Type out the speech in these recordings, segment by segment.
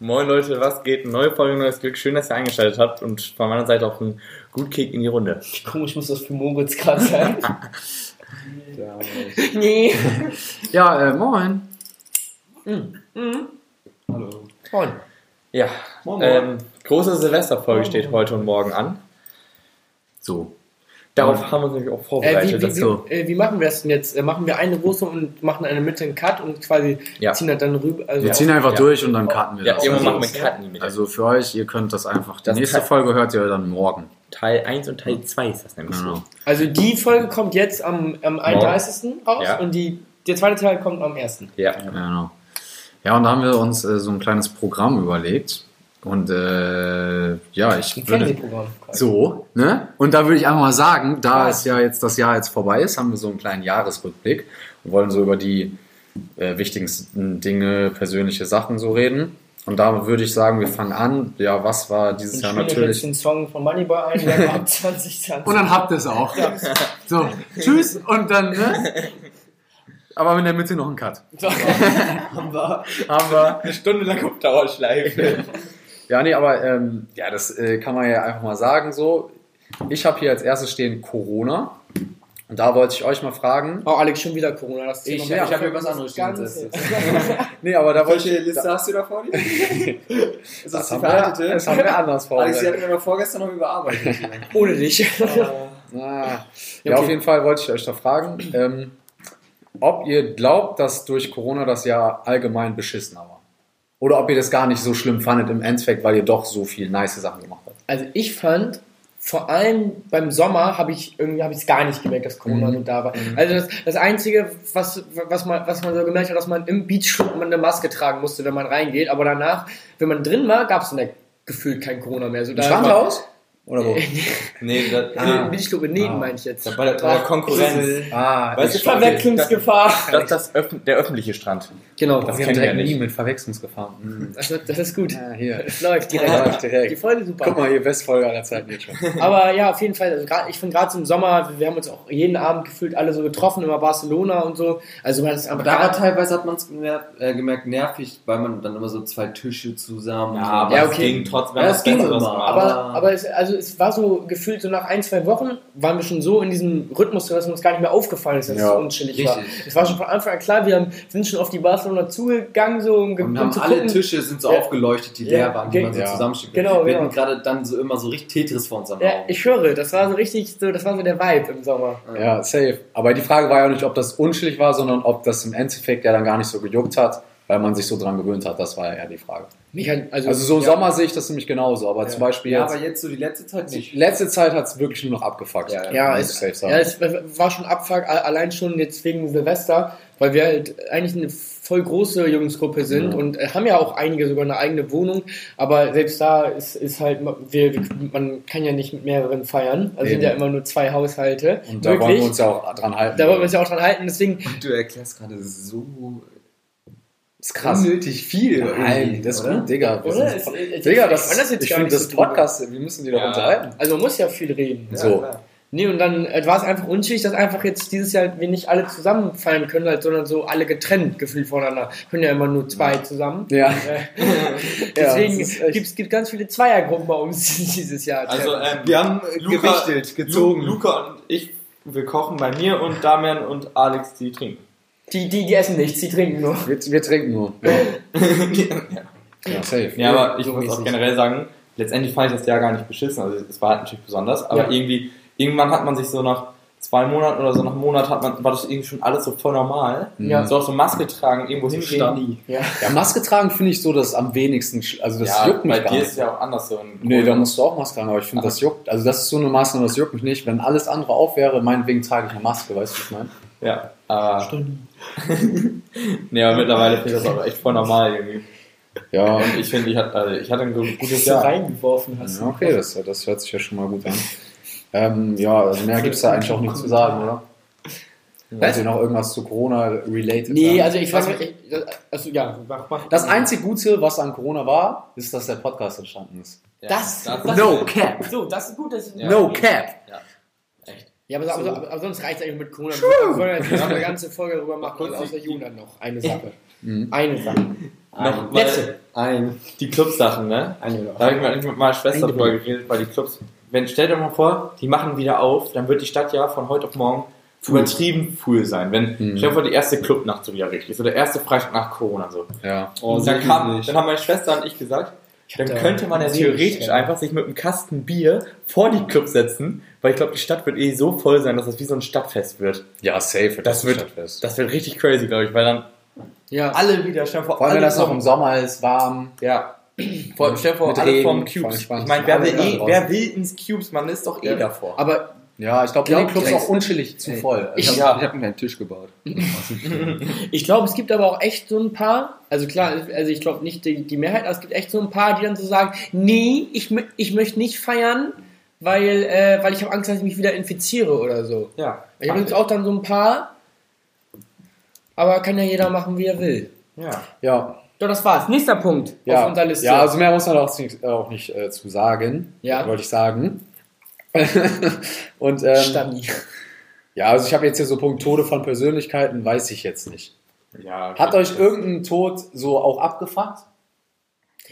Moin Leute, was geht? Neue Folge, neues Glück. Schön, dass ihr eingeschaltet habt und von meiner Seite auch ein gut Kick in die Runde. Komisch muss das für Moritz gerade sein. Nee. Ja, äh, moin. Hallo. Moin. Ja, Moin, moin. ähm, große Silvesterfolge steht heute und morgen an. So. Darauf haben wir uns nämlich auch Äh, wie, vorbereitet. wie, dass wir- so. wie, äh, wie machen wir das denn jetzt? Äh, machen wir eine große und machen eine Mitte einen Cut und quasi Ja. ziehen das dann rüber. Also Wir ziehen einfach ja. durch und dann karten wir ja, das. irgendwann Also, machen wir Karten mit. also für euch, ihr könnt das einfach. Die Das nächste kann- Folge hört ihr dann morgen. Teil 1 und Teil 2 ist das nämlich. Genau. Also die Folge kommt jetzt am, am 31. raus Ja. und die, der zweite Teil kommt am 1. Ja. Genau. Ja, und da haben wir uns äh, so ein kleines Programm überlegt. Und äh, ja, Ein ich würde. Fernsehprogramm. So, ne? Und da würde ich einfach mal sagen, da es ja jetzt das Jahr jetzt vorbei ist, haben wir so einen kleinen Jahresrückblick und wollen so über die äh, wichtigsten Dinge, persönliche Sachen so reden. Und da würde ich sagen, wir fangen an. Ja, was war dieses Ich Jahr spiele jetzt natürlich? den Song von Moneyball ein, der ab 2020. Und dann habt ihr es auch. So, tschüss und dann, ne? Aber in der Mitte noch ein Cut. So. Haben wir. Eine Stunde lang auf Dauerschleife. Ja, nee, aber ähm, ja, das äh, kann man ja einfach mal sagen so. Ich habe hier als erstes stehen Corona. Und da wollte ich euch mal fragen. Oh, Alex, schon wieder Corona. Das Thema Ich- merkt ja, man ich hab mir was das anderes Ganze. Nee, aber da wollte Welche ich. Liste hast du da vor dir? Ist das, Das die haben, wir, das haben wir veraltete? anders Alex, die vorbereitet. hatten wir doch vorgestern noch überarbeitet. Ohne dich. Ah. Ja, Ja, okay. auf jeden Fall wollte ich euch da fragen, ähm, ob ihr glaubt, dass durch Corona das Jahr allgemein beschissen war. Oder ob ihr das gar nicht so schlimm fandet im Endeffekt, weil ihr doch so viel nice Sachen gemacht habt. Also ich fand, vor allem beim Sommer habe ich irgendwie habe ich es gar nicht gemerkt, dass Corona Mhm. so da war. Also das, das Einzige, was, was, man, was man so gemerkt hat, dass man im Beachclub man eine Maske tragen musste, wenn man reingeht. Aber danach, wenn man drin war, gab es in der gefühlt kein Corona mehr. So, da war, Strandhaus? Oder wo? nee, das, Nee, Im Beachclub in Neben Ah. meine ich jetzt. bei der, bei der Konkurrenz. Ah, Weißt ich du, Verwechslungsgefahr. Das ist das öff der öffentliche Strand. Genau. das Das, kennen kennt wir direkt nicht. nie mit Verwechslungsgefahr. Mhm. das, ist gut. Ja, hier. Es läuft direkt. Läuft direkt. Die Folge super. Guck mal, hier, Bestfolge aller Zeiten jetzt schon. Aber ja, auf jeden Fall. Also grad, ich finde gerade zum Sommer, wir, wir haben uns auch jeden Abend gefühlt alle so getroffen, immer Barcelona und so. Also man ist Aber einfach da war gar- teilweise hat man es gemerkt, äh, gemerkt nervig, weil man dann immer so zwei Tische zusammen. und so. Ja, es okay. ging trotzdem. Ja, es ging immer, Aber Aber, aber es, also es war so gefühlt, so nach ein, zwei Wochen waren wir schon so in diesem Rhythmus drin, dass uns gar nicht mehr aufgefallen ist, dass Ja, es so unschillig war. richtig. Es war schon von Anfang an klar, wir haben, sind schon auf die Barcelona zugegangen, so um, ge- Und um haben zu alle gucken. Tische sind so Ja. aufgeleuchtet, die Ja, leer waren, die man so ja. zusammenschickt. Genau, wir genau. hatten gerade dann so immer so richtig Tetris vor unseren Ja, Augen. ich höre, das war so richtig, so, das war so der Vibe im Sommer. Ja, safe. Aber die Frage war ja nicht, ob das unschillig war, sondern ob das im Endeffekt ja dann gar nicht so gejuckt hat, weil man sich so dran gewöhnt hat. Das war ja die Frage. Mich hat, also, Also so im ja. Sommer sehe ich das nämlich genauso, aber zum Beispiel ja, jetzt, aber jetzt so die letzte Zeit die nicht. letzte Zeit hat es wirklich nur noch abgefuckt. Ja, ja. Ja, Muss es, ich safe sagen. ja, es war schon Abfuck, a- allein schon jetzt wegen Silvester, weil wir halt eigentlich eine voll große Jungsgruppe sind Ja. und äh, haben ja auch einige sogar eine eigene Wohnung, aber selbst da ist, ist halt, ma- wir, wir, man kann ja nicht mit mehreren feiern, also sind Eben. ja immer nur zwei Haushalte. und da wollen wir uns ja auch dran halten. da wollen wir uns ja auch dran halten, deswegen, Und du erklärst gerade so ist krass. unnötig viel. irgendwie, Nein, das ist oder? gut, Digga. Wir Oder? sind- Es- es- Digga, ich das, fand das jetzt ich gar finde nicht das so drüber. Podcast, wir müssen die doch Ja. unterhalten. also man muss ja viel reden. Ja, so. klar. Nee, und dann äh, war es einfach unschuldig, dass einfach jetzt dieses Jahr wir nicht alle zusammen feiern können, halt, sondern so alle getrennt gefühlt voneinander. Können ja immer nur zwei zusammen. Ja. Deswegen das ist gibt's echt- gibt es ganz viele Zweiergruppen bei uns dieses Jahr. also, ähm, Wir haben äh, Luca- gewichtelt, gezogen. Lu Luca und ich, wir kochen bei mir und Damian und Alex, die trinken. die, die, die essen nichts, die trinken nur. wir, wir trinken nur. Ja, safe. Ja, aber ich so muss ist auch es. generell sagen, letztendlich fand ich das Jahr gar nicht beschissen. Also es war halt natürlich besonders, aber Ja. irgendwie, irgendwann hat man sich so nach zwei Monaten oder so nach einem Monat hat man, war das irgendwie schon alles so voll normal. Ja. So auch so Maske tragen, irgendwo hingehen. Ja. Ja, Maske tragen finde ich so, dass am wenigsten, sch- also das juckt mich bei gar dir nicht. ist ja auch anders so ein Nee, da musst du auch Maske tragen, aber ich finde, das juckt. Also, das ist so eine Maßnahme, das juckt mich nicht. Wenn alles andere auf wäre, meinetwegen trage ich eine Maske, weißt du, was ich meine? Ja. Aber, nee, aber mittlerweile finde ich das auch echt voll normal irgendwie. Ja, Und ich finde, ich hatte, also ich hatte ein gu- gutes Was du Jahr. reingeworfen hast. Ja, okay, das, das hört sich ja schon mal gut an. Ähm, ja, also mehr gibt es da eigentlich auch nicht zu sagen, oder? Wollt ihr noch irgendwas zu Corona-related Nee, sagen? also ich weiß Was- nicht. ich- Also ja, mach, mach. Das einzig Gute, was an Corona war, ist, dass der Podcast entstanden ist. Ja, Das, das No cap. So, das ist gut, das ist Ja. cap! Ja, aber, so. So. aber, aber sonst reicht es eigentlich mit Corona. Wir wollen jetzt nicht noch eine ganze Folge darüber machen, kurz außer die- Julian noch. Eine Sache. Mhm. Eine Sache. Noch mal Ein. Letzte. Ein. die Clubsachen, ne? Ein Da habe ich mal mit meiner Schwester drüber geredet, weil die Clubs, wenn, stell dir mal vor, die machen wieder auf, dann wird die Stadt ja von heute auf morgen übertrieben full Mhm. sein. Wenn, stell dir vor, die erste Clubnacht so wieder richtig, so der erste Freitag nach Corona so. Ja. Oh, und dann, so kam, üblich. dann haben meine Schwester und ich gesagt, dann da könnte man ja natürlich, theoretisch ja. einfach sich mit einem Kasten Bier vor die Clubs setzen, weil ich glaube, die Stadt wird eh so voll sein, dass das wie so ein Stadtfest wird. Ja, safe. wenn Das wird- Stadtfest. Das wird richtig crazy, glaube ich, weil dann Ja. alle wieder, stell dir vor, Vor allem, alle wenn das noch kommen. im Sommer ist, warm. Ja. Vor, stell dir vor, Mit alle Regen, vom voll Cubes. Ich Spaß. meine, wer, Alle will eh, da wer draußen. will ins Cubes? Man ist doch eh Ja. davor. Aber Ja, ich glaube, Glaub die Clubs direkt. auch unschillig, zu Ey. voll. Also, Ich- Ich, Ja. habe mir einen Tisch gebaut. ich glaube, es gibt aber auch echt so ein paar, also klar, also ich glaube nicht die, die Mehrheit, aber es gibt echt so ein paar, die dann so sagen, nee, ich, mö- ich möchte nicht feiern, weil, äh, weil ich habe Angst, dass ich mich wieder infiziere oder so. ja. Ich habe jetzt auch dann so ein paar, aber kann ja jeder machen, wie er will. Ja. Ja, So, das war's. Nächster Punkt ja. auf unserer Liste. ja, also mehr muss man auch nicht, auch nicht äh, zu sagen, Ja. wollte ich sagen. Und ähm, Stani. ja, also ich habe jetzt hier so Punkt Tode von Persönlichkeiten, weiß ich jetzt nicht. ja okay. Habt euch irgendeinen Tod so auch abgefuckt?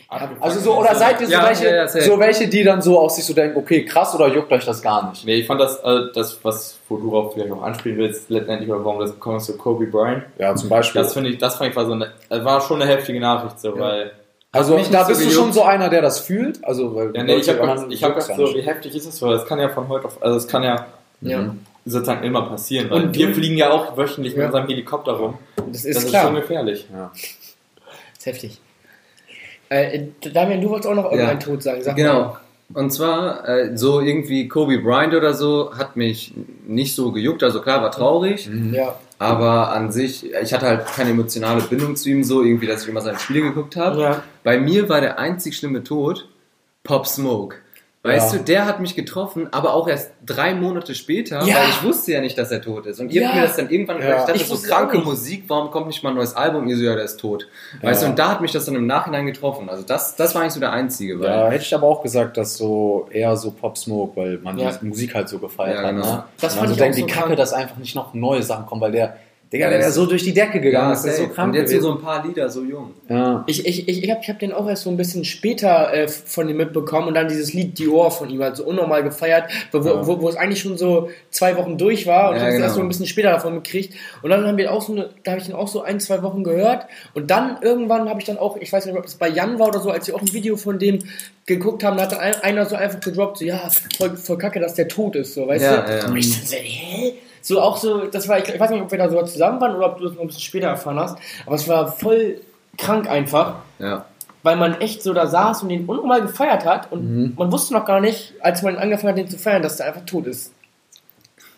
Abgefuckt. Also so, oder seid ihr so, Ja, welche, ja, ja, safe. so welche, die dann so auch sich so denken, okay, krass, oder juckt euch das gar nicht? Nee, ich fand das, äh, das was wo du darauf vielleicht noch anspielen willst, letztendlich, oder warum das gekommen ist, so Kobe Bryant. Ja, zum Beispiel. Das finde ich, das fand ich war so eine, äh, war schon eine heftige Nachricht, so, weil, also mich da nicht so bist du gejuckt. schon so einer, der das fühlt. Also, weil ja, nee, ich Leute, habe man ich hab juckt gedacht, das so, wie heftig ist das, weil das kann ja von heute auf, also es kann ja Ja, sozusagen immer passieren, weil Und wir du- fliegen ja auch wöchentlich mit Ja. unserem Helikopter rum. das ist das ist klar. schon gefährlich. Ja. ist heftig. Äh, Damian, du wolltest auch noch irgendeinen Ja. Tod sagen. Sag Genau. mal. Und zwar, äh, so irgendwie Kobe Bryant oder so hat mich nicht so gejuckt. Also klar, war traurig, Ja. aber an sich, ich hatte halt keine emotionale Bindung zu ihm, so irgendwie, dass ich immer seine Spiele geguckt habe. Ja. Bei mir war der einzig schlimme Tod Pop Smoke. Weißt Ja. du, der hat mich getroffen, aber auch erst drei Monate später, Ja. weil ich wusste ja nicht, dass er tot ist. Und ihr habt Ja. mir das dann irgendwann Ja. gesagt, ich dachte, Ich so wusste auch kranke nicht. Musik, warum kommt nicht mal ein neues Album? Ihr so, ja, der ist tot. Weißt Ja. du, und da hat mich das dann im Nachhinein getroffen. Also das, das war eigentlich so der einzige, weil Ja, hätte ich aber auch gesagt, dass so eher so Pop Smoke, weil man Ja. die Musik halt so gefeiert Ja, hat. genau. Ne? Das Und fand man so ich denkt, auch so wie kacke, krank. dass einfach nicht noch neue Sachen kommen, weil der, Digga, Ja, der das- wäre so durch die Decke gegangen. Ja, das ist so safe. krank. Und jetzt sind so gewesen. ein paar Lieder so jung. ja. Ich, ich, ich, ich habe ich hab den auch erst so ein bisschen später äh, von ihm mitbekommen und dann dieses Lied Dior von ihm halt so unnormal gefeiert, wo, wo, Ja. wo, wo es eigentlich schon so zwei Wochen durch war und Ja, ich habe es genau. erst so ein bisschen später davon gekriegt. Und dann haben wir auch so eine, da habe ich ihn auch so ein, zwei Wochen gehört und dann irgendwann habe ich dann auch, ich weiß nicht, ob das bei Jan war oder so, als wir auch ein Video von dem geguckt haben, da hat dann ein- einer so einfach gedroppt, so ja, voll, voll kacke, dass der tot ist, so, weißt Ja, du? ja, ja. Und ich dann so, hä? So auch so, das war, ich, ich weiß nicht, ob wir da sogar zusammen waren oder ob du das noch ein bisschen später erfahren hast, aber es war voll krank einfach Ja. weil man echt so da saß und den unnormal gefeiert hat und Mhm. man wusste noch gar nicht, als man angefangen hat, den zu feiern, dass der einfach tot ist.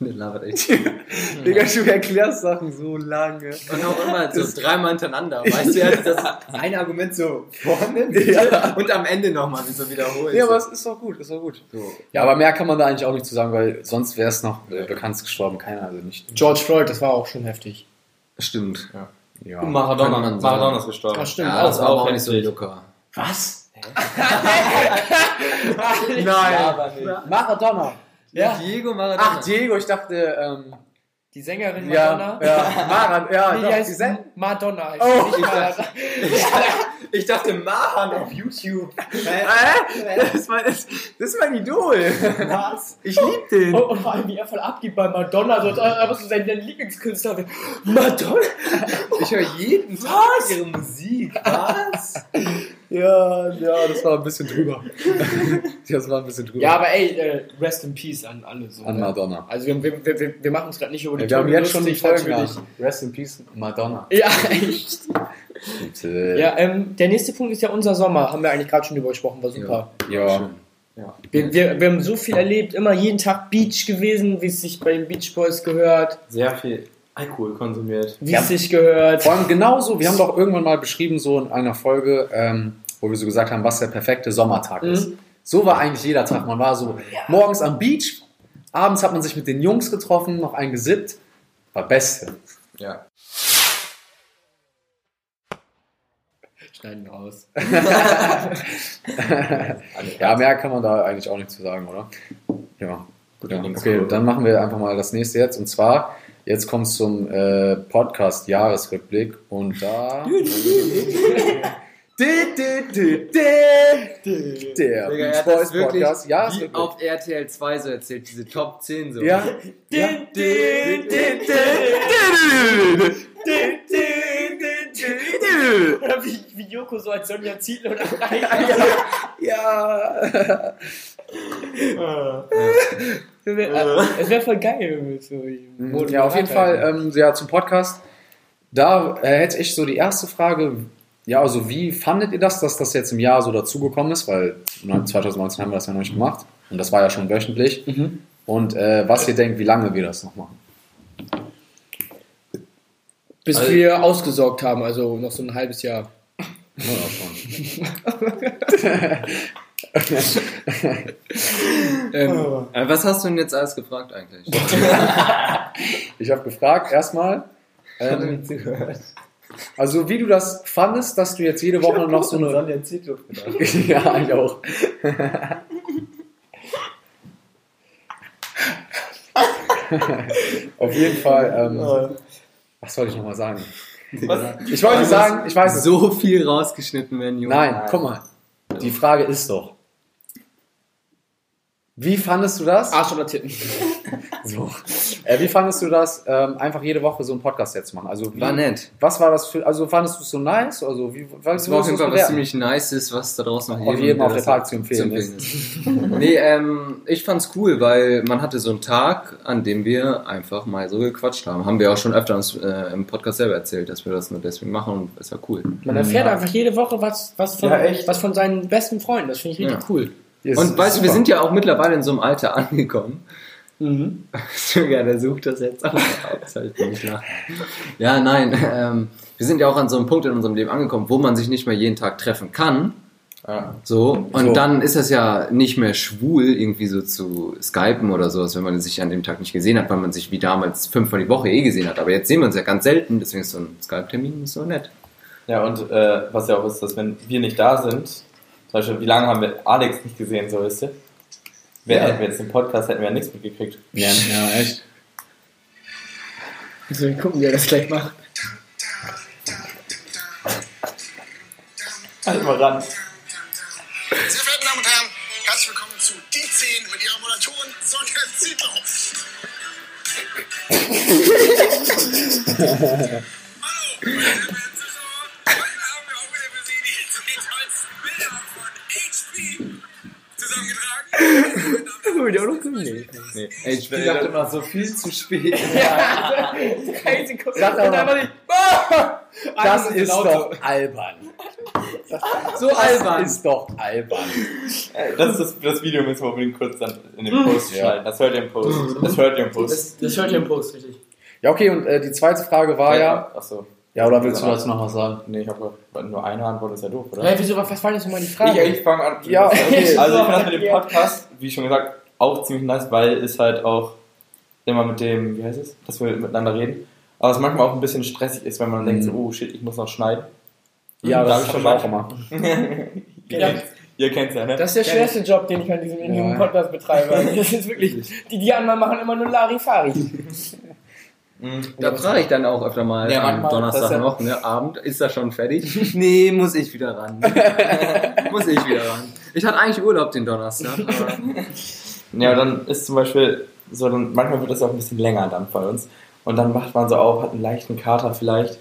Den labert echt. Digga, du erklärst Sachen so lange. Und auch immer so dreimal hintereinander. Weißt du, er hat das ein Argument so vorne und am Ende nochmal so wiederholt. Ja, aber es ist doch gut, ist doch gut. so. Ja, aber mehr kann man da eigentlich auch nicht zu sagen, weil sonst wäre es noch äh, bekannt gestorben. Keiner, also nicht. George Floyd, das war auch schon heftig. Stimmt. Ja. Und Maradona, Kann man sagen. Maradona ist gestorben. Das stimmt. Ja, das auch. war auch auch nicht so heftig. locker. Was? Nein. Maradona. Ja. Diego Maradona. Ach, Diego, ich dachte, ähm, Die Sängerin ja, Madonna. ja, Maran, ja, Nee, doch, die die heißt Sen- Madonna. heißt Oh, sie, nicht Maradona. ich dachte Mahan auf YouTube. Hä? Das ist mein, das ist mein Idol. Was? Ich lieb den. Und, und vor allem, wie er voll abgibt bei Madonna, so als ob er einfach so sein sein Lieblingskünstler wäre. Madonna? Ich höre jeden Tag ihre Musik. Was? Ja, ja, das war ein bisschen drüber. Das war ein bisschen drüber. Ja, aber ey, äh, rest in peace an alle so. An ne? Madonna. Also wir, wir, wir, wir machen uns gerade nicht über die wir haben Toten jetzt schon die lustig, Folge. natürlich. Rest in Peace, Madonna. Ja, echt. Bitte. Ja, ähm, der nächste Punkt ist ja unser Sommer. Haben wir eigentlich gerade schon drüber gesprochen, war super. ja. Wir, wir, wir haben so viel erlebt, immer jeden Tag Beach gewesen, wie es sich bei den Beach Boys gehört, Sehr viel Alkohol konsumiert. wie Ja. es sich gehört. Vor allem genauso, wir haben doch irgendwann mal beschrieben, so in einer Folge, ähm, wo wir so gesagt haben, was der perfekte Sommertag ist. Mhm. So war eigentlich jeder Tag. Man war so morgens am Beach, abends hat man sich mit den Jungs getroffen, noch einen gesippt. War Beste. Ja. Schneiden raus. Ja, mehr kann man da eigentlich auch nicht zu sagen, oder? Ja. Gut, ja dann ging's okay, gut. dann machen wir einfach mal das nächste jetzt. Und zwar Jetzt kommt's zum äh, Podcast Jahresrückblick und da der Digga, Beach er hat das Boys wirklich Podcast Wie Jahresrückblick. auf RTL 2 so erzählt, diese Top 10 so. Ja. ja. Oder wie, wie Joko so als Sonja Zietl oder Ja. Es wäre also, voll geil. irgendwie So Ja, auf jeden Fall, ähm, ja, zum Podcast. Da äh, hätte ich so die erste Frage. Ja, also wie fandet ihr das, dass das jetzt im Jahr so dazugekommen ist? Weil 2019 haben wir das ja noch nicht gemacht. Und das war ja schon wöchentlich. Und äh, was ihr denkt, wie lange wir das noch machen. Bis Also- wir ausgesorgt haben, also noch so ein halbes Jahr. Ja, schon. Ähm, Äh, Was hast du denn jetzt alles gefragt eigentlich? Ich habe gefragt, erstmal. Ähm, Also wie du das fandest, dass du jetzt jede Woche noch so eine... Sonja Zietlow gedacht. ja, ich auch. Auf jeden Fall, ähm, was soll ich nochmal sagen? Was? Ich wollte sagen, ich weiß es. So viel rausgeschnitten werden, Junge. Nein, guck mal. Die Frage ist doch, wie fandest du das? Arsch oder Titten. So. Äh, wie fandest du das, ähm, einfach jede Woche so einen Podcast jetzt zu machen? Also wie, War nett. Was war das für, also fandest du es so nice? Also wie, was Das war auf jeden Fall was ziemlich Nices, was da draußen noch Auf jedem auf der das Park zu empfehlen ist. nee, ähm, ich fand's cool, weil man hatte so einen Tag, an dem wir einfach mal so gequatscht haben. Haben wir auch schon öfter uns, äh, im Podcast selber erzählt, dass wir das nur deswegen machen und es war cool. Man erfährt einfach jede Woche was, was, von, Ja, echt. was von seinen besten Freunden. Das finde ich richtig Ja. cool. und weißt du, wir sind ja auch mittlerweile in so einem Alter angekommen. Sogar der sucht das jetzt auch aus. halt nicht nach. Ja, nein. Ähm, wir sind ja auch an so einem Punkt in unserem Leben angekommen, wo man sich nicht mehr jeden Tag treffen kann. Ja. So, und So. dann ist das ja nicht mehr schwul, irgendwie so zu skypen oder sowas, wenn man sich an dem Tag nicht gesehen hat, weil man sich wie damals fünfmal die Woche eh gesehen hat. Aber jetzt sehen wir uns ja ganz selten, deswegen ist so ein Skype-Termin so nett. Ja, und äh, was ja auch ist, dass wenn wir nicht da sind, zum Beispiel, wie lange haben wir Alex nicht gesehen, so wisst ihr? Wer Ja. hätten wir jetzt den Podcast, hätten wir ja nichts mitgekriegt. Ja, ja echt. Also wir gucken, wie er das gleich macht. Halt mal ran. Sehr verehrten Damen und Herren, herzlich willkommen zu Die 10 mit ihrer Moderatorin Sonja Zietlow. Hallo, meine lieben Zuschauer, heute haben wir auch wieder für Sie die tollsten Bilder von HP zusammengetragen. Das würde ich auch noch gucken. Nee. Ey, ich Ich dachte immer so viel zu spät. Drei Sekunden. Sag doch und mal. einfach nicht. Ah! Das ist ist doch albern. Oh, So albern. Das ist doch albern. Äh, Das ist das, das Video, müssen wir unbedingt kurz dann in Mhm. den Post Ja. schneiden. Das hört ihr im Post. Das hört ihr im Post. Das, das hört ihr im Post, richtig. Ja, okay, und äh, die zweite Frage war ja. Achso. Ja, oder willst du dazu noch was sagen? Nee, ich habe nur eine Antwort, ist ja doof, oder? Hä, wieso, was war denn jetzt nochmal die Ich, Frage? ich fange an. Ja, okay. Also ich fand das mit dem Podcast, wie schon gesagt, auch ziemlich nice, weil es halt auch immer mit dem, wie heißt es, dass wir miteinander reden. Aber es manchmal auch ein bisschen stressig ist, wenn man denkt so, oh shit, ich muss noch schneiden. Ja, Mhm, Darf das ich hab schon ich mal? auch immer. Ihr, Ja. kennt's, ihr kennt's ja, ne? Das ist der schwerste Job, den ich an diesem in diesem Ja. Podcast betreibe. Das ist wirklich. Die, die anderen machen immer nur Larifari. Mhm. Da frage ich dann auch öfter mal Ja, am manchmal, das Donnerstag ist ja- noch, ne, Abend, ist das schon fertig? nee, muss ich wieder ran. muss ich wieder ran. Ich hatte eigentlich Urlaub den Donnerstag, aber Ja, aber dann ist zum Beispiel so, dann, manchmal wird das auch ein bisschen länger dann bei uns. Und dann macht man so auf, hat einen leichten Kater vielleicht.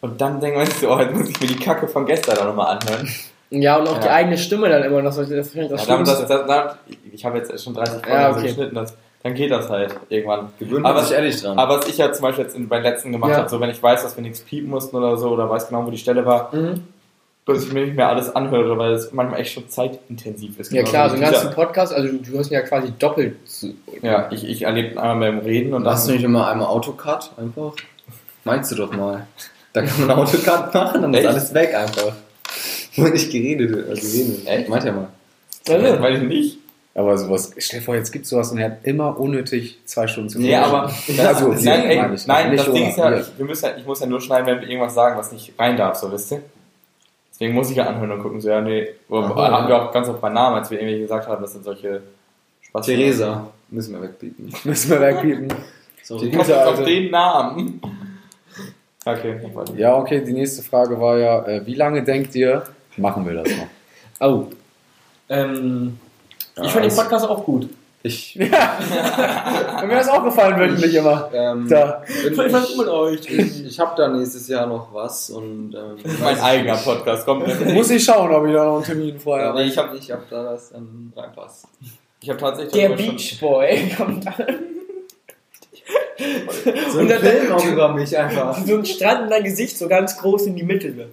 Und dann denkt man sich so, oh, jetzt muss ich mir die Kacke von gestern auch nochmal anhören. Ja, und auch die Ja. eigene Stimme dann immer noch. Das, das, das Ja, dann, Schlimmste. das, das, dann, ich habe jetzt schon 30 Folgen Ja, so okay. geschnitten, das, dann geht das halt irgendwann. gewöhnt Aber- man sich ehrlich dran. Aber was ich ja zum Beispiel jetzt in, beim letzten gemacht Ja. habe, so wenn ich weiß, dass wir nichts piepen mussten oder so, oder weiß genau, wo die Stelle war, Mhm. dass ich mir nicht mehr alles anhöre, weil es manchmal echt schon zeitintensiv ist. Ja Genau klar, so wie einen dieser- ganzen Podcast, also du, du hast ihn ja quasi doppelt. zu- Ja, ich, ich erlebe einmal beim Reden und Machst du dann... nicht immer einmal Autocut einfach? Meinst du doch mal. Da kann man Autocut machen, dann Echt? ist alles weg einfach. Nur nicht geredet, äh, geredet. Echt? Meint ja mal. Ja, Weiß ich nicht. Aber sowas, stell dir vor, jetzt gibt sowas und er hat immer unnötig zwei Stunden zu Nee, reden. aber Also, das, wir nein, ey, meine ich, nein nicht das Ding ist Oma, ja, wir. ich, wir müssen ja, ich muss ja nur schneiden, wenn wir irgendwas sagen, was nicht rein darf, so wisst ihr. Deswegen muss ich ja anhören und gucken, so ja, nee, Oder Aha, haben ja. wir auch ganz oft bei Namen, als wir irgendwie gesagt haben, das sind solche Spaß. Theresa. Müssen wir wegbieten. Müssen wir wegpiepen. So, Wie kommst du jetzt also- auf den Namen? Okay, warte. Ja, okay, die nächste Frage war ja, äh, wie lange denkt ihr, machen wir das noch? Oh. Ähm, ich fand den Podcast auch gut. Ich. Ah. Wenn mir das auch gefallen würde, nicht immer. ähm, Da. bin, Was ich mit euch? ich, ich habe da nächstes Jahr noch was und ähm, Mein eigener Podcast, komm. Muss ich schauen, ob ich da noch einen Termin vorher aber habe. ich habe ich hab da was ähm, reinpasst. Ich habe tatsächlich Der darüber schon- Beach Boy kommt an. So ein Film auch über mich einfach. So ein Strand und dein Gesicht so ganz groß in die Mitte. Ne?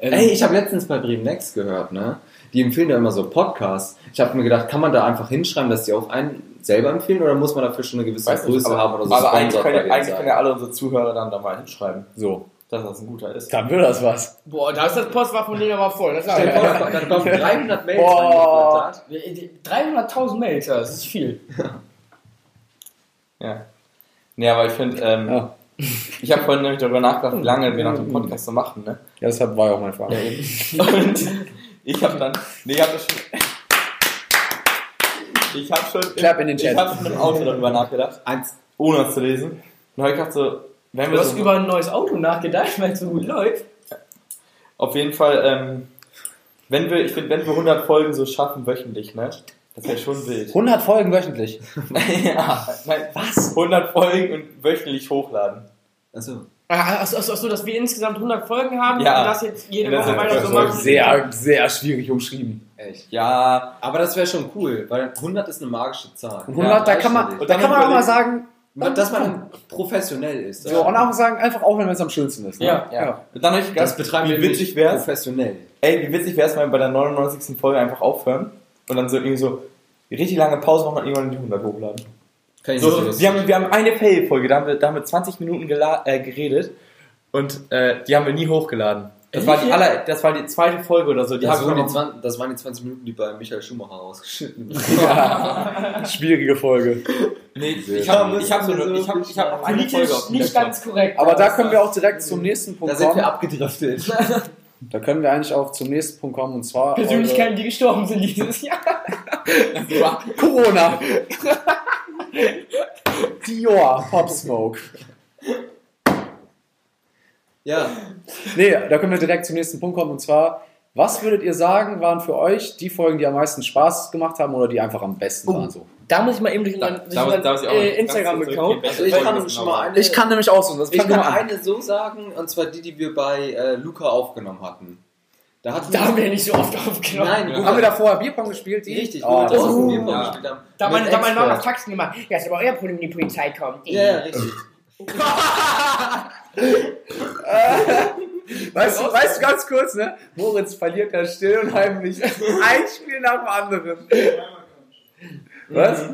Ähm, Ey, ich habe letztens bei Bremen Next gehört, ne? Die empfehlen ja immer so Podcasts. Ich habe mir gedacht, kann man da einfach hinschreiben, dass die auch einen selber empfehlen oder muss man dafür schon eine gewisse Weiß nicht, Größe aber, haben oder so? aber Sponsor eigentlich bei können, denen eigentlich sein? können ja alle unsere Zuhörer dann da mal hinschreiben, So, dass das ein guter ist. dann wird das was. Boah, da ist das Postfach von denen aber voll. Das ist Stell dir vor, Dann kommen 300 Mails Boah. reingeflattert. 300.000 Mails, ja, das ist viel. Ja. Nee, aber ich finde, ähm, Ja. ich habe vorhin nämlich darüber nachgedacht, wie lange wir noch den Podcast so machen, ne? Ja, deshalb war ja auch meine Frage. Und ich habe dann, nee, ich habe das schon. Ich habe schon, Clap in den Chat. ich habe schon im Auto darüber nachgedacht, Eins. ohne es zu lesen. Und habe ich gedacht so, wenn Du wir hast so, über ein neues Auto nachgedacht, weil es so gut läuft. auf jeden Fall, ähm, wenn wir, ich finde, wenn wir 100 Folgen so schaffen wöchentlich, ne? Das wäre schon wild. 100 Folgen wöchentlich. ja, nein, was? 100 Folgen und wöchentlich hochladen. Achso. Achso, ach, so, ach so, dass wir insgesamt 100 Folgen haben Ja. und das jetzt jede Ja, Woche weiter das so war machen. Äh, Sehr, sehr schwierig umschrieben. Echt. Ja, Aber das wäre schon cool, weil 100 ist eine magische Zahl. Und 100, da kann man, dreistellig. da kann man auch mal sagen, Man- Dass man professionell ist. so, und auch sagen, einfach auch, wenn es am schönsten ist. Ne? Ja. ja. Und dann habe ich gedacht, Das betreiben wie wir witzig nicht wär's, professionell. ey, wie witzig wär's, wenn wir bei der 99. Folge einfach aufhören und dann so irgendwie so richtig lange Pause machen und irgendwann die 100 hochladen. Kann ich So, nicht so wir, haben, wir haben eine Fail-Folge, da haben wir, da haben wir 20 Minuten gela- äh, geredet und äh, die haben wir nie hochgeladen. Das war, die aller, das war die zweite Folge oder so. Die das, haben wir waren die noch, 20, das waren die 20 Minuten, die bei Michael Schumacher rausgeschnitten wurden. Schwierige Folge. nee, ich habe ich hab so eine- ich hab, ich hab noch eine Folge auf Politisch dem nicht Laptop. ganz korrekt. Also Aber da können wir auch direkt zum nächsten Oh Punkt Da sind kommen. wir abgedriftet. Da können wir eigentlich auch zum nächsten Punkt kommen und zwar Persönlichkeiten, die gestorben sind dieses Jahr. eure Corona. Dior, Pop Smoke. Ja. Nee, da können wir direkt zum nächsten Punkt kommen und zwar, was würdet ihr sagen, waren für euch die Folgen, die am meisten Spaß gemacht haben oder die einfach am Oh. besten waren? So? Da muss ich mal eben durch Da- unseren- da muss- durch da muss ich unseren auch äh, mal ganz kurz Instagram-Account. zurückgehen. Also ich kann schon mal eine, nämlich auch so. Das ich kann eine so sagen, und zwar die, die wir bei äh, Luca aufgenommen hatten. Da hatten Da haben wir nicht so oft aufgenommen. Nein, Ja. wo Haben wir da wir vorher Bierpong gespielt? Die? richtig, wo Oh, wir draußen oh, Bierpong ja. gespielt haben. Da haben Mit wir- da haben wir noch Expert. Faxen gemacht. Ja, ist aber euer Problem, wenn die Polizei kommt. Ja, ja, richtig. Weißt du, weißt du ganz kurz, ne? Moritz verliert da still und heimlich ein Spiel nach dem anderen. Was?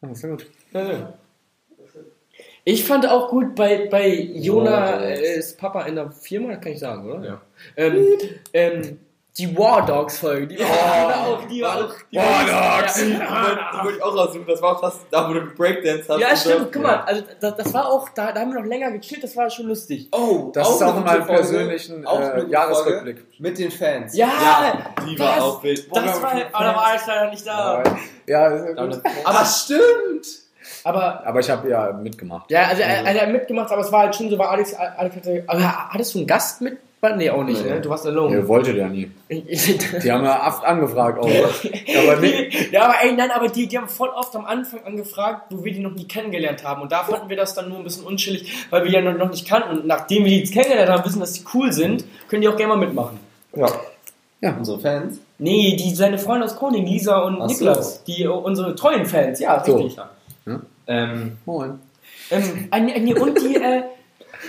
Oh, sehr gut. Ich fand auch gut bei, bei Jona Dogs. äh, ist Papa in der Firma, das kann ich sagen, oder? Ja. Ähm, ähm, die War Dogs Folge, die war auch, die war auch. Die War war- Dogs. Ja, Die wollte ich auch raussuchen, das war auch das, da wo du Breakdance hast. ja und stimmt, so. guck mal, also das, das war auch, da, da haben wir noch länger gechillt, das war schon lustig. Oh, Das ist auch in eine gute meinem Folge. persönlichen, Auch äh, eine gute Jahresrückblick. Folge Mit den Fans. Ja, Die das, war auch wild. das war, aber da war alles leider nicht da. Ja, sehr gut. Aber stimmt! Aber, Aber ich habe ja mitgemacht. ja, also er, er hat mitgemacht, aber es war halt schon so, war Alex, Alex hatte, aber hattest du einen Gast mit? Nee, auch nicht, Nee. ne? Du warst Ihr alone. wolltet ja nie. Die haben ja oft angefragt auch. Aber nee. Ja, aber ey, nein, aber die, die haben voll oft am Anfang angefragt, wo wir die noch nie kennengelernt haben. Und da fanden wir das dann nur ein bisschen unschillig, weil wir die ja noch- noch nicht kannten. Und nachdem wir die jetzt kennengelernt haben, wissen, dass die cool sind, können die auch gerne mal mitmachen. Ja. Unsere Fans. Nee, die seine Freunde aus Kroning, Lisa und Ach so. Niklas, die äh, unsere treuen Fans, ja, So. richtig. Ähm, Moin. Ähm, an, an die, und die, äh,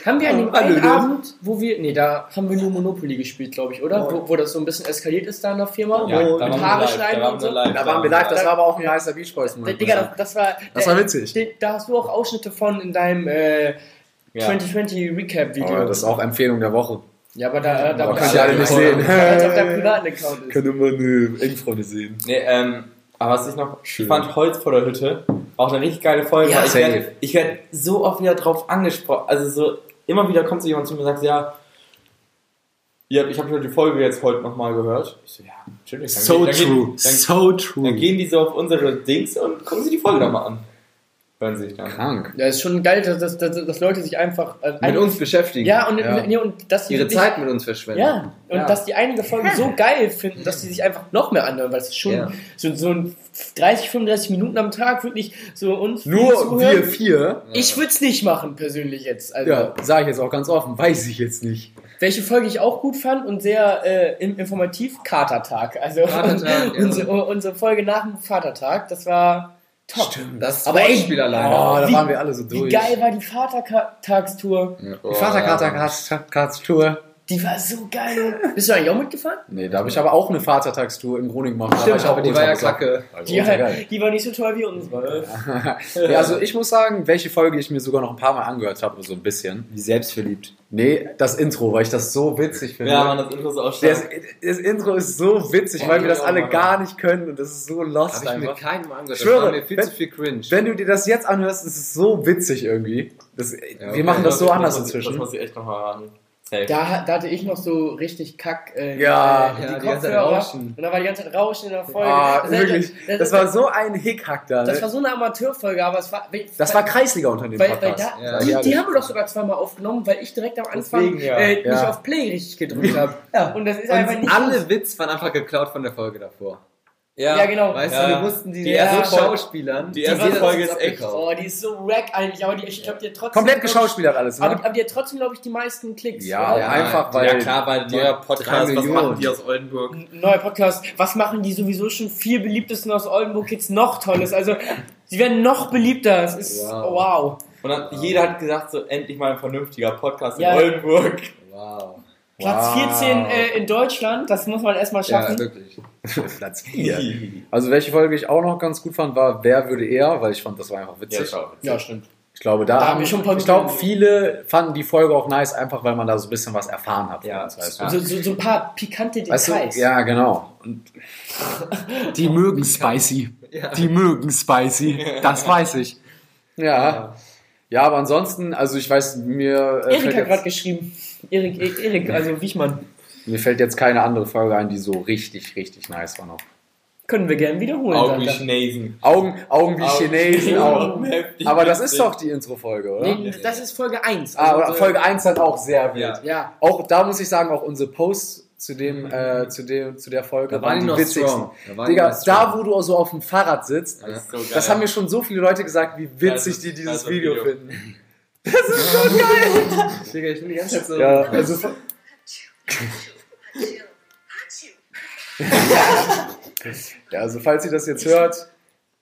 haben wir an dem einen ne? Abend, wo wir, nee, da haben wir nur Monopoly gespielt, glaube ich, oder? Wo, wo das so ein bisschen eskaliert ist da in der Firma, Ja, wo da waren mit wir Haare live, schneiden da waren und wir so. live, Da waren wir live, das war aber auch ein heißer Beach Boys Da- Moment. Äh, Digga, das, das war. Das war witzig. Da, da hast du auch Ausschnitte von in deinem äh, Ja. 2020 Recap-Video. Aber Oh, das ist auch Empfehlung der Woche. ja, aber da, da Aber könnt ihr alle nicht sehen. Als auf deinem privaten Account ist. Können wir eine Engfreunde sehen. Nee, ähm, aber was ich noch Schön. ich fand, Holz vor der Hütte, auch eine richtig geile Folge. Ja, weil ich safe. werde ich werd so oft wieder drauf angesprochen. Also so, immer wieder kommt so jemand zu mir und sagt, ja, ja, ich habe die Folge jetzt heute nochmal gehört. Ich so, ja, natürlich. Dann So geht- dann true. Geht, dann, so true. dann gehen die so auf unsere Dings und gucken sie die Folge nochmal an. Hören sie sich dann. Krank. Ja, ist schon geil, dass, dass, dass, dass Leute sich einfach. äh, Mit ein- uns beschäftigen. Ja, und, Ja. Nee, und dass die ihre wirklich- Zeit mit uns verschwenden. Ja, und Ja. dass die einige Folgen so geil finden, dass die sich einfach noch mehr anhören, weil es ist schon Ja. so, so ein 30, 35 Minuten am Tag wirklich so uns Nur zuhören. wir vier. Ich würde es nicht machen, persönlich jetzt. Also, Ja, sage ich jetzt auch ganz offen, weiß ich jetzt nicht. Welche Folge ich auch gut fand und sehr äh, in- informativ, Katertag. Also Katertag, ja. unsere, unsere Folge nach dem Vatertag, das war top. Das Aber ey, Wortspiel alleine. Oh, da Wie- waren wir alle so Wie durch. Oh. geil war die Vatertagstour? Oh, Die Vaterkartstour. Die war so geil. Bist du eigentlich auch mitgefahren? Nee, da habe ich aber auch eine Vatertagstour in Groningen gemacht. da Stimmt, war ich auch aber die ultra war ja besoffen. kacke. War Die, ultra Oh, geil. die war nicht so toll wie unsere. Ja, also ich muss sagen, welche Folge ich mir sogar noch ein paar Mal angehört habe, so ein bisschen. Wie selbstverliebt. Nee, das Intro, weil ich das so witzig finde. Ja, man, das Intro ist auch das, stark. das Intro ist so witzig, Ja, weil wir das ja, alle Mann. gar nicht können und das ist so lost Habe oh, ich mir einfach. keinem angehört. Das Schwöre, war mir viel wenn- zu viel cringe. Wenn du dir das jetzt anhörst, ist es so witzig irgendwie. Das, okay. Wir machen das so anders muss ich- Das inzwischen. muss ich echt nochmal hören. Safe. Da, da hatte ich noch so richtig Kack äh, äh, Ja, ja, die die ganze Zeit Kopfhörer. Rauschen. Und da war die ganze Zeit Rauschen in der Folge. Ah, Das- wirklich. Das war so ein Hickhack da. das war ne? so eine Amateurfolge, aber es war. Das war Kreisliga unter dem Weil, weil Podcast. da, Ja, die, ja, die das- haben wir doch sogar zweimal aufgenommen, weil ich direkt am Anfang Deswegen, ja. äh, mich Ja. auf Play richtig gedrückt habe. Und das ist einfach Und nicht. alle Witz waren einfach geklaut von der Folge davor. ja, genau. Weißt Ja. du, wir mussten die, Die erste ja, Folge- Schauspielern. die erste jeder hat Folge uns ist echt- abgekauft. Oh, die ist so wack eigentlich, aber die, ich glaube, die hat trotzdem. Komplett geschauspielert alles, Aber, ne? aber die hat trotzdem, glaube ich, die meisten Klicks. Ja, oder? einfach weil. ja klar, weil der drei Podcast, was Millionen. machen die aus Oldenburg? Ein Neuer Podcast. Was machen die sowieso schon viel beliebtesten aus Oldenburg jetzt noch Tolles? Also, sie werden noch beliebter. Es ist Wow. wow. Und dann, jeder hat gesagt, so endlich mal ein vernünftiger Podcast Ja. in Oldenburg. Wow. Platz Wow. 14 äh, in Deutschland, das muss man erstmal Ja, schaffen. wirklich. Platz vier. Also welche Folge ich auch noch ganz gut fand, war Wer würde eher, weil ich fand, das war einfach Ja, witzig. schau. Ja, stimmt. ich glaube, da, Da haben wir schon ein paar ich glaube, Minuten- viele fanden die Folge auch nice, einfach weil man da so ein bisschen was erfahren hat. von Ja. uns, weißt du? Ja. So, so, so ein paar pikante Details. Weißt du, ja, genau. Und die mögen spicy. Die mögen spicy. Das weiß ich. Ja. Ja, aber ansonsten, also ich weiß, mir, Erik äh, hat fällt gerade jetzt, geschrieben. Erik, E- Erik, also Wichmann. mir fällt jetzt keine andere Folge ein, die so richtig, richtig nice war noch. Können wir gerne wiederholen. Augen wie sagt er. Chinesen. Augen, Augen wie Augen- Chinesen auch. Heftig Aber das ist witzig. doch die Intro-Folge, oder? Nee, das ist Folge 1. Ah, aber Folge 1 dann auch sehr wild. Ja. Ja. Auch da muss ich sagen, auch unsere Posts zu dem, äh, zu dem, zu der Folge Da waren die noch strong. Da waren die Digga, noch strong. da wo du so auf dem Fahrrad sitzt, Das, ist so geil. das haben mir schon so viele Leute gesagt, wie witzig Geiles- die dieses geiles Video, Video. finden. Digga, ich bin die ganze Zeit so. Ja, also, ja, also falls ihr das jetzt hört,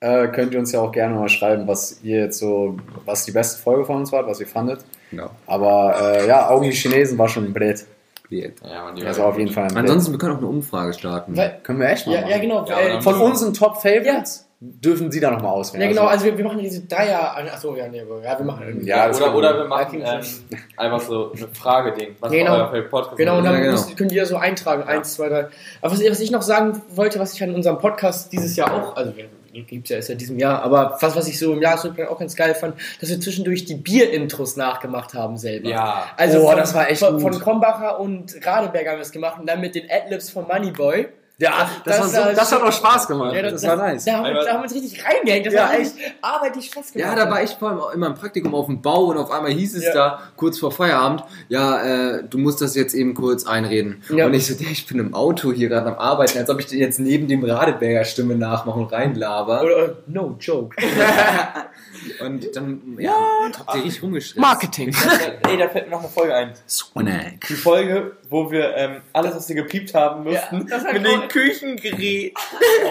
äh, könnt ihr uns ja auch gerne mal schreiben, was ihr jetzt so, was die beste Folge von uns war, was ihr fandet. Genau. Aber äh, ja, Augen die Chinesen war schon ein Blät. Blöd. Ja, Mann, die Das waren- war auf jeden Fall ein Blät. Ansonsten, wir können auch eine Umfrage starten. Weil, können wir echt mal ja, machen. ja, genau. Ja, äh, aber Von unseren Top-Favorites dürfen sie da nochmal auswählen. ja, genau. Also, Also, wir, wir machen diese Dreier. Achso, ja, nee, ja, wir machen irgendwie. ja, das oder, können oder wir. wir machen ähm, einfach so eine Frage-Ding. Was Genau. war euer Favorite Podcast? Genau, und Ja, dann genau. Müsst, könnt ihr so eintragen. Eins, zwei, drei. Aber was, was ich noch sagen wollte, was ich an unserem Podcast dieses Jahr auch, also gibt es ja erst seit diesem Jahr, aber was, was ich so im Jahresrückblick auch ganz geil fand, dass wir zwischendurch die Bier-Intros nachgemacht haben selber. ja. Also Oh, von, das war echt von, gut. von Krombacher und Radeberger haben wir es gemacht und dann mit den Adlibs von Moneyboy. Ja, das, Das war so, war das hat schon- auch Spaß gemacht. Ja, das, war nice. Da haben, wir, Einmal- da haben wir uns richtig reingehängt. Das Ja, war echt Arbeit, die Spaß gemacht Ja, hat. da war ich vor allem auch immer im Praktikum auf dem Bau und auf einmal hieß es Ja. da kurz vor Feierabend, ja, äh, du musst das jetzt eben kurz einreden. Ja. Und ich so, "Digga, ich bin im Auto hier gerade am Arbeiten, als ob ich den jetzt neben dem Radeberger Stimme nachmache und reinlaber. Oder, äh, no joke. Und dann, ja, habt ihr richtig rumgeschrieben. Marketing. Ey, da fällt mir noch eine Folge ein. Swanack. Die Folge, wo wir ähm, alles, was wir gepiept haben mussten, das war mit cool. dem Küchengerät.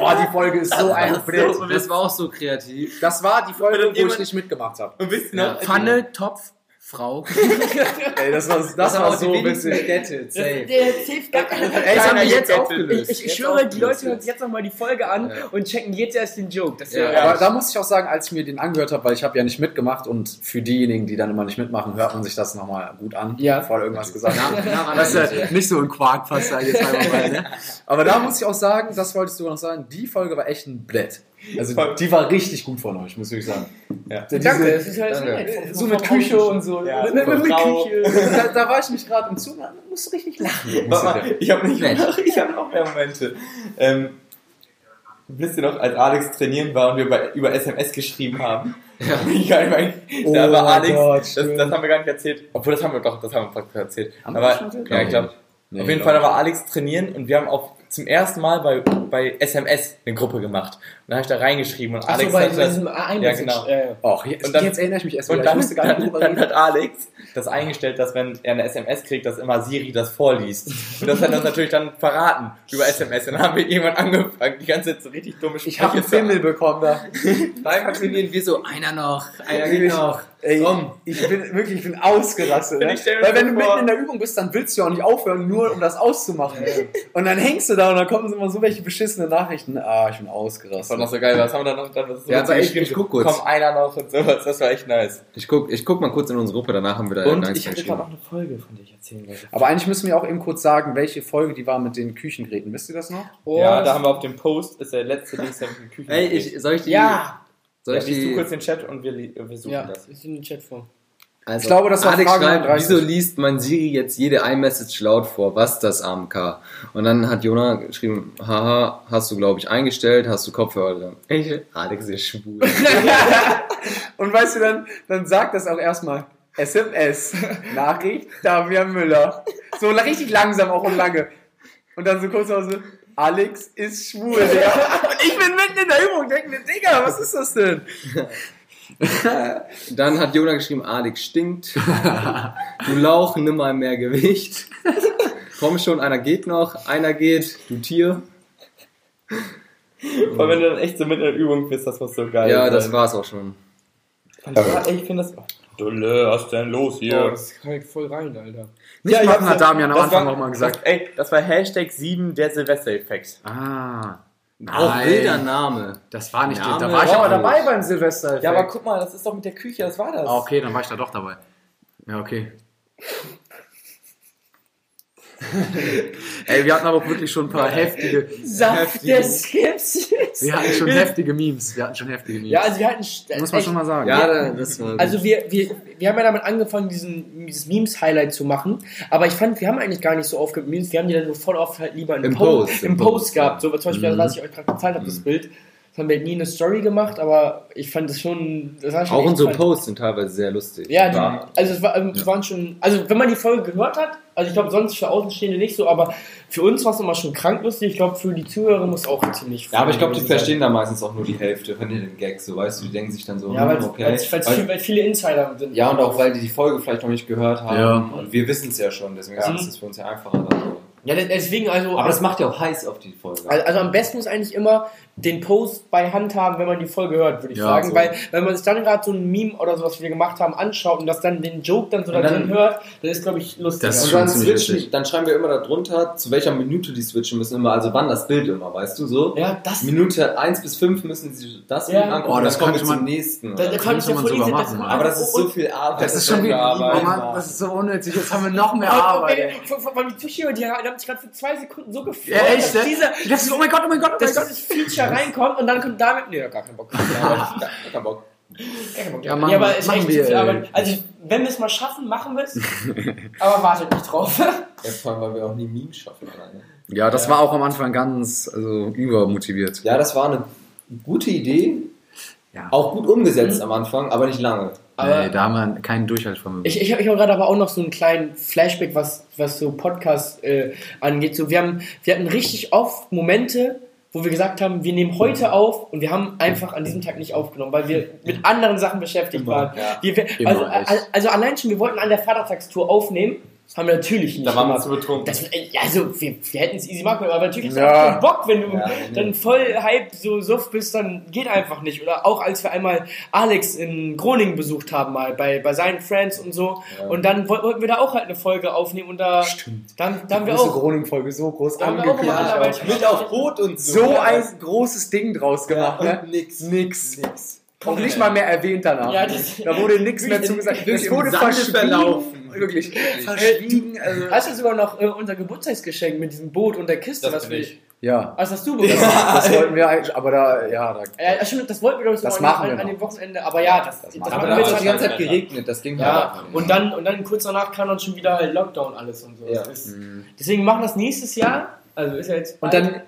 Oh, die Folge ist so ein Blät. Das war auch so kreativ. Das war die Folge, wo ich jemand- nicht mitgemacht habe. Und wisst ihr Ja. noch? Pfanne, Topf, Frau. Ey, das war, das war so witzig. Gettet, safe. Der hilft gar keiner. Ey, ich hab Keiner mich jetzt jetzt aufgelöst. aufgelöst. Ich, ich Jetzt schwöre, die aufgelöst Leute jetzt. hören sich jetzt nochmal die Folge an Ja. und checken jetzt erst den Joke. Das Ja. wäre Aber da muss ich auch sagen, als ich mir den angehört habe, weil ich habe ja nicht mitgemacht und für diejenigen, die dann immer nicht mitmachen, hört man sich das nochmal gut an, Ja. bevor irgendwas gesagt Na, wird. na, Das na, ist ja nicht so ein Quark, was da jetzt einmal bei, ne? Aber da muss ich auch sagen, das wollte ich sogar noch sagen, die Folge war echt ein Blät. Also die war richtig gut von euch, muss ich sagen. Danke, das ist halt so nett. So mit Küche und so. Ja, mit, mit, mit Frau. Küche. Da, da war ich mich gerade im Zug, man muss richtig lachen. Warte mal, Ich habe nicht mehr, ich habe noch mehr Momente. Ähm, wisst ihr noch, als Alex trainieren war und wir bei, über SMS geschrieben haben? Ja. Ich gar nicht mal, da Oh war Alex, Gott, das, stimmt. das haben wir gar nicht erzählt. Obwohl, das haben wir doch, das haben wir praktisch erzählt. Haben wir Aber, das schon erzählt? ja, ich glaube, Nee, auf jeden glaub Fall, da nicht. war Alex trainieren und wir haben auch zum ersten Mal bei, bei SMS eine Gruppe gemacht. Und da habe ich da reingeschrieben und Ach so, Alex bei hat das, diesem einen Ja, genau. äh, Och, jetzt, Und dann- jetzt erinnere ich mich erst und wieder. dann, ich wusste gar nicht, dann, worüber dann ich hat Alex das eingestellt, dass wenn er eine SMS kriegt, dass immer Siri das vorliest. Und das hat er uns natürlich dann verraten über SMS. Und dann haben wir irgendwann angefangen, die ganze Zeit so richtig dumme Sprüche Ich habe einen zu- Pimmel bekommen da. Beim Trainieren wir so, einer noch, Ah, einer geht noch. Ey, Komm. ich bin wirklich, ich bin ausgerastet. genau. Wenn Ne? ich stell mir Weil wenn du so vor- mitten in der Übung bist, dann willst du ja auch nicht aufhören, nur um das auszumachen. Und dann hängst du da und dann kommen immer so welche beschissenen Nachrichten. Ah, ich bin Das war ausgerastet. noch so geil. Was haben wir da noch? Dann so Ja, aber ich- geschrieben, ich guck kurz. Komm, einer noch und sowas. Das war echt nice. Ich guck, ich guck mal kurz in unsere Gruppe, danach haben wir da Und nice ich hatte gerade geschrieben. noch eine Folge, von der ich erzählen wollte. Aber eigentlich müssen wir auch eben kurz sagen, welche Folge die war mit den Küchengeräten. Wisst ihr das noch? oh, ja, da haben wir auf dem Post, ist der letzte Dings, der mit dem Küchen Ey, ich, soll ich die... ja, Soll ich liest du die... kurz den Chat und wir, li- wir suchen ja, das. ist in der Chatform. Also, Ich glaube, das war Alex Frage schreibt, 39. wieso liest man Siri jetzt jede iMessage laut vor? Was das AMK? Und dann hat Jona geschrieben, haha, hast du, glaube ich, eingestellt, hast du Kopfhörer. drin? Ich, Alex ist schwul. Und weißt du, dann, dann sagt das auch erstmal. SMS, Nachricht, Damian Müller. So richtig langsam auch und lange. Und dann so kurz noch so, Alex ist schwul, Digga. Und ich bin mitten in der Übung und denke mir, Digga, was ist das denn? Dann hat Jona geschrieben, Alex stinkt. Du Lauch, nimm mal mehr Gewicht. Komm schon, einer geht noch, einer geht, du Tier. Weil wenn du dann echt so mitten in der Übung bist, das muss so geil Ja, sein. das war's auch schon. Und ja, ey, ich finde das... Dulle, was denn los hier? Oh, das kann ich voll rein, Alter. Nicht ich machen, hab's hat Damian am das Anfang war- auch mal gesagt. Das, ey, das war Hashtag 7 der Silvester-Effekt. Ah. Auch wilder Name. Das war nicht, Name. da war ich Ja, aber aber dabei beim Silvester. Ja, aber guck mal, das ist doch mit der Küche, das war das. Ah, okay, dann war ich da doch dabei. Ja, okay. Ey, wir hatten aber auch wirklich schon ein paar heftige, Saft der Skepsis. wir hatten schon heftige Memes. Wir hatten schon heftige Memes. Ja, also wir hatten... sch- Muss man echt- schon mal sagen. Ja, das war. Also wir, wir, wir haben ja damit angefangen, diesen, dieses Memes-Highlight zu machen, aber ich fand, wir haben eigentlich gar nicht so oft gememes, wir haben die dann so voll oft halt lieber Im Po- Post, im im Post, Post, gehabt. So, zum Mhm. Beispiel, was ich euch gerade gezeigt habe, das Bild, das haben wir halt nie eine Story gemacht, aber ich fand das schon... Das war schon auch echt unsere fun. Posts sind teilweise sehr lustig. Ja, die, also es war, ähm, es waren schon, also wenn man die Folge gehört hat, also ich glaube sonst für Außenstehende nicht so, aber für uns war es immer schon krank lustig. Ich glaube für die Zuhörer muss es auch ziemlich. Ja, aber ich glaube, die fun sein. verstehen da meistens auch nur die Hälfte von den Gags, so weißt du, die denken sich dann so, Ja, hm, weil okay. weil's- weil's viel- weil, weil viele Insider sind. ja, und auch weil die die Folge vielleicht noch nicht gehört haben Ja. und wir wissen es ja schon, deswegen Ja. ist es für uns ja einfacher. Dann so. Ja, de- deswegen also. Aber das macht ja auch heiß auf die Folge. also, also am besten ist eigentlich immer den Post bei Hand haben, wenn man die Folge hört, würde ich Ja, sagen. so. Weil wenn man sich dann gerade so ein Meme oder sowas, was wir gemacht haben, anschaut und das dann den Joke dann so da Und dann- drin hört, das ist glaube ich lustig. Also, Das ist und schon dann, ziemlich switchen, witzig. dann schreiben wir immer darunter, zu welcher Minute die switchen müssen, immer, also wann das Bild immer, weißt du, so. ja, das. Minute 1 bis 5 müssen sie das Ja. Bild angucken, Oh, das dann kommen wir könnte man- zum nächsten. Da, da oder so. kann ich könnte ja man voll sogar easy- machen, aber das ist so und- viel Arbeit. Das ist schon wir wieder, arbeiten. oh Mann, das ist so unnötig. Jetzt haben wir noch mehr Aber Arbeit. ey, von, von, von die Zuschauer, die haben sich gerade für zwei Sekunden so gefreut, Ja, echt, dass, ne? dieser, Das ist, oh mein Gott, oh mein Gott, oh mein dass Gott. dieses Feature reinkommt und dann kommt damit. Nee, gar keinen Bock. Gar keinen Bock. Gar keinen Bock. Ja, machen ja, aber wir- es ist machen echt wir, viel ey. Arbeit. Also, wenn wir es mal schaffen, machen wir es. aber wartet nicht drauf. Ja, vor allem, weil wir auch nie Memes schaffen ne? alleine. Ja, das war auch am Anfang ganz also, übermotiviert. Ja, das war eine gute Idee. Ja. Auch gut umgesetzt am Anfang, aber nicht lange. Mhm. Aber- da haben wir keinen Durchhaltevermögen. Ähm, Ich, ich, hab- ich habe gerade aber auch noch so einen kleinen Flashback, was, was so Podcasts äh, angeht. So, wir, haben, wir hatten richtig oft Momente, wo wir gesagt haben, wir nehmen heute auf und wir haben einfach an diesem Tag nicht aufgenommen, weil wir mit anderen Sachen beschäftigt waren. ja. Wir, wir, Immer, also, echt. al- also allein schon, wir wollten an der Vatertagstour aufnehmen, haben wir natürlich nicht. Da waren wir gemacht. zu betrunken. das, äh, ja, also wir, wir hätten es easy machen können, aber natürlich hast du Ja. auch keinen Bock, wenn du Ja, nee. dann voll hype so suff bist, dann geht einfach nicht. Oder auch als wir einmal Alex in Groningen besucht haben, mal bei, bei seinen Friends und so. Und dann woll- wollten wir da auch halt eine Folge aufnehmen und da, dann, da haben wir auch. Groningen-Folge so groß Da haben wir auch immer angekündigt. anderweitig Mit auf Rot und so. So ein großes Ding draus gemacht, Ja, ne? und nix. Nix. Nix. Auch nicht mal mehr erwähnt danach. ne? Ja, das- da wurde nichts mehr Wirklich zugesagt. im- Es wurde im Sande verschwiegen. verlaufen. Wirklich. also- Hast du sogar noch äh, unser Geburtstagsgeschenk mit diesem Boot und der Kiste, Das was bin wir. ich. Ja. Was hast du bekommen? Das wollten wir eigentlich, aber da, ja, da. Ja, ja, stimmt, das wollten wir glaube ich Das sogar machen an, wir an noch. dem Wochenende, aber ja, das, das, Das machen machen Aber da wir hat es jetzt die schon. ganze Zeit geregnet, das ging halt halt Ja, einfach und dann, und dann kurz danach kam dann schon wieder halt Lockdown alles und so. Ja. Das ist, deswegen machen das nächstes Jahr, also ist ja jetzt Und bald. dann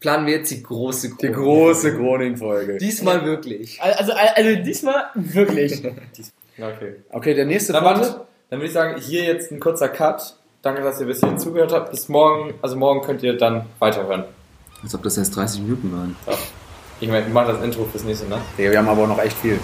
planen wir jetzt die große Gruppe. Die große Groning-Folge. Diesmal wirklich. also, also, also diesmal wirklich. Ja, okay. Okay, der nächste Dann Punkt- Also warte, dann würde ich sagen, hier jetzt ein kurzer Cut. Danke, dass ihr bis hierhin zugehört habt. Bis morgen, also morgen könnt ihr dann weiterhören. Als ob das erst 30 Minuten waren. Ich meine, wir machen das Intro fürs nächste, ne? Nee, wir haben aber auch noch echt viel.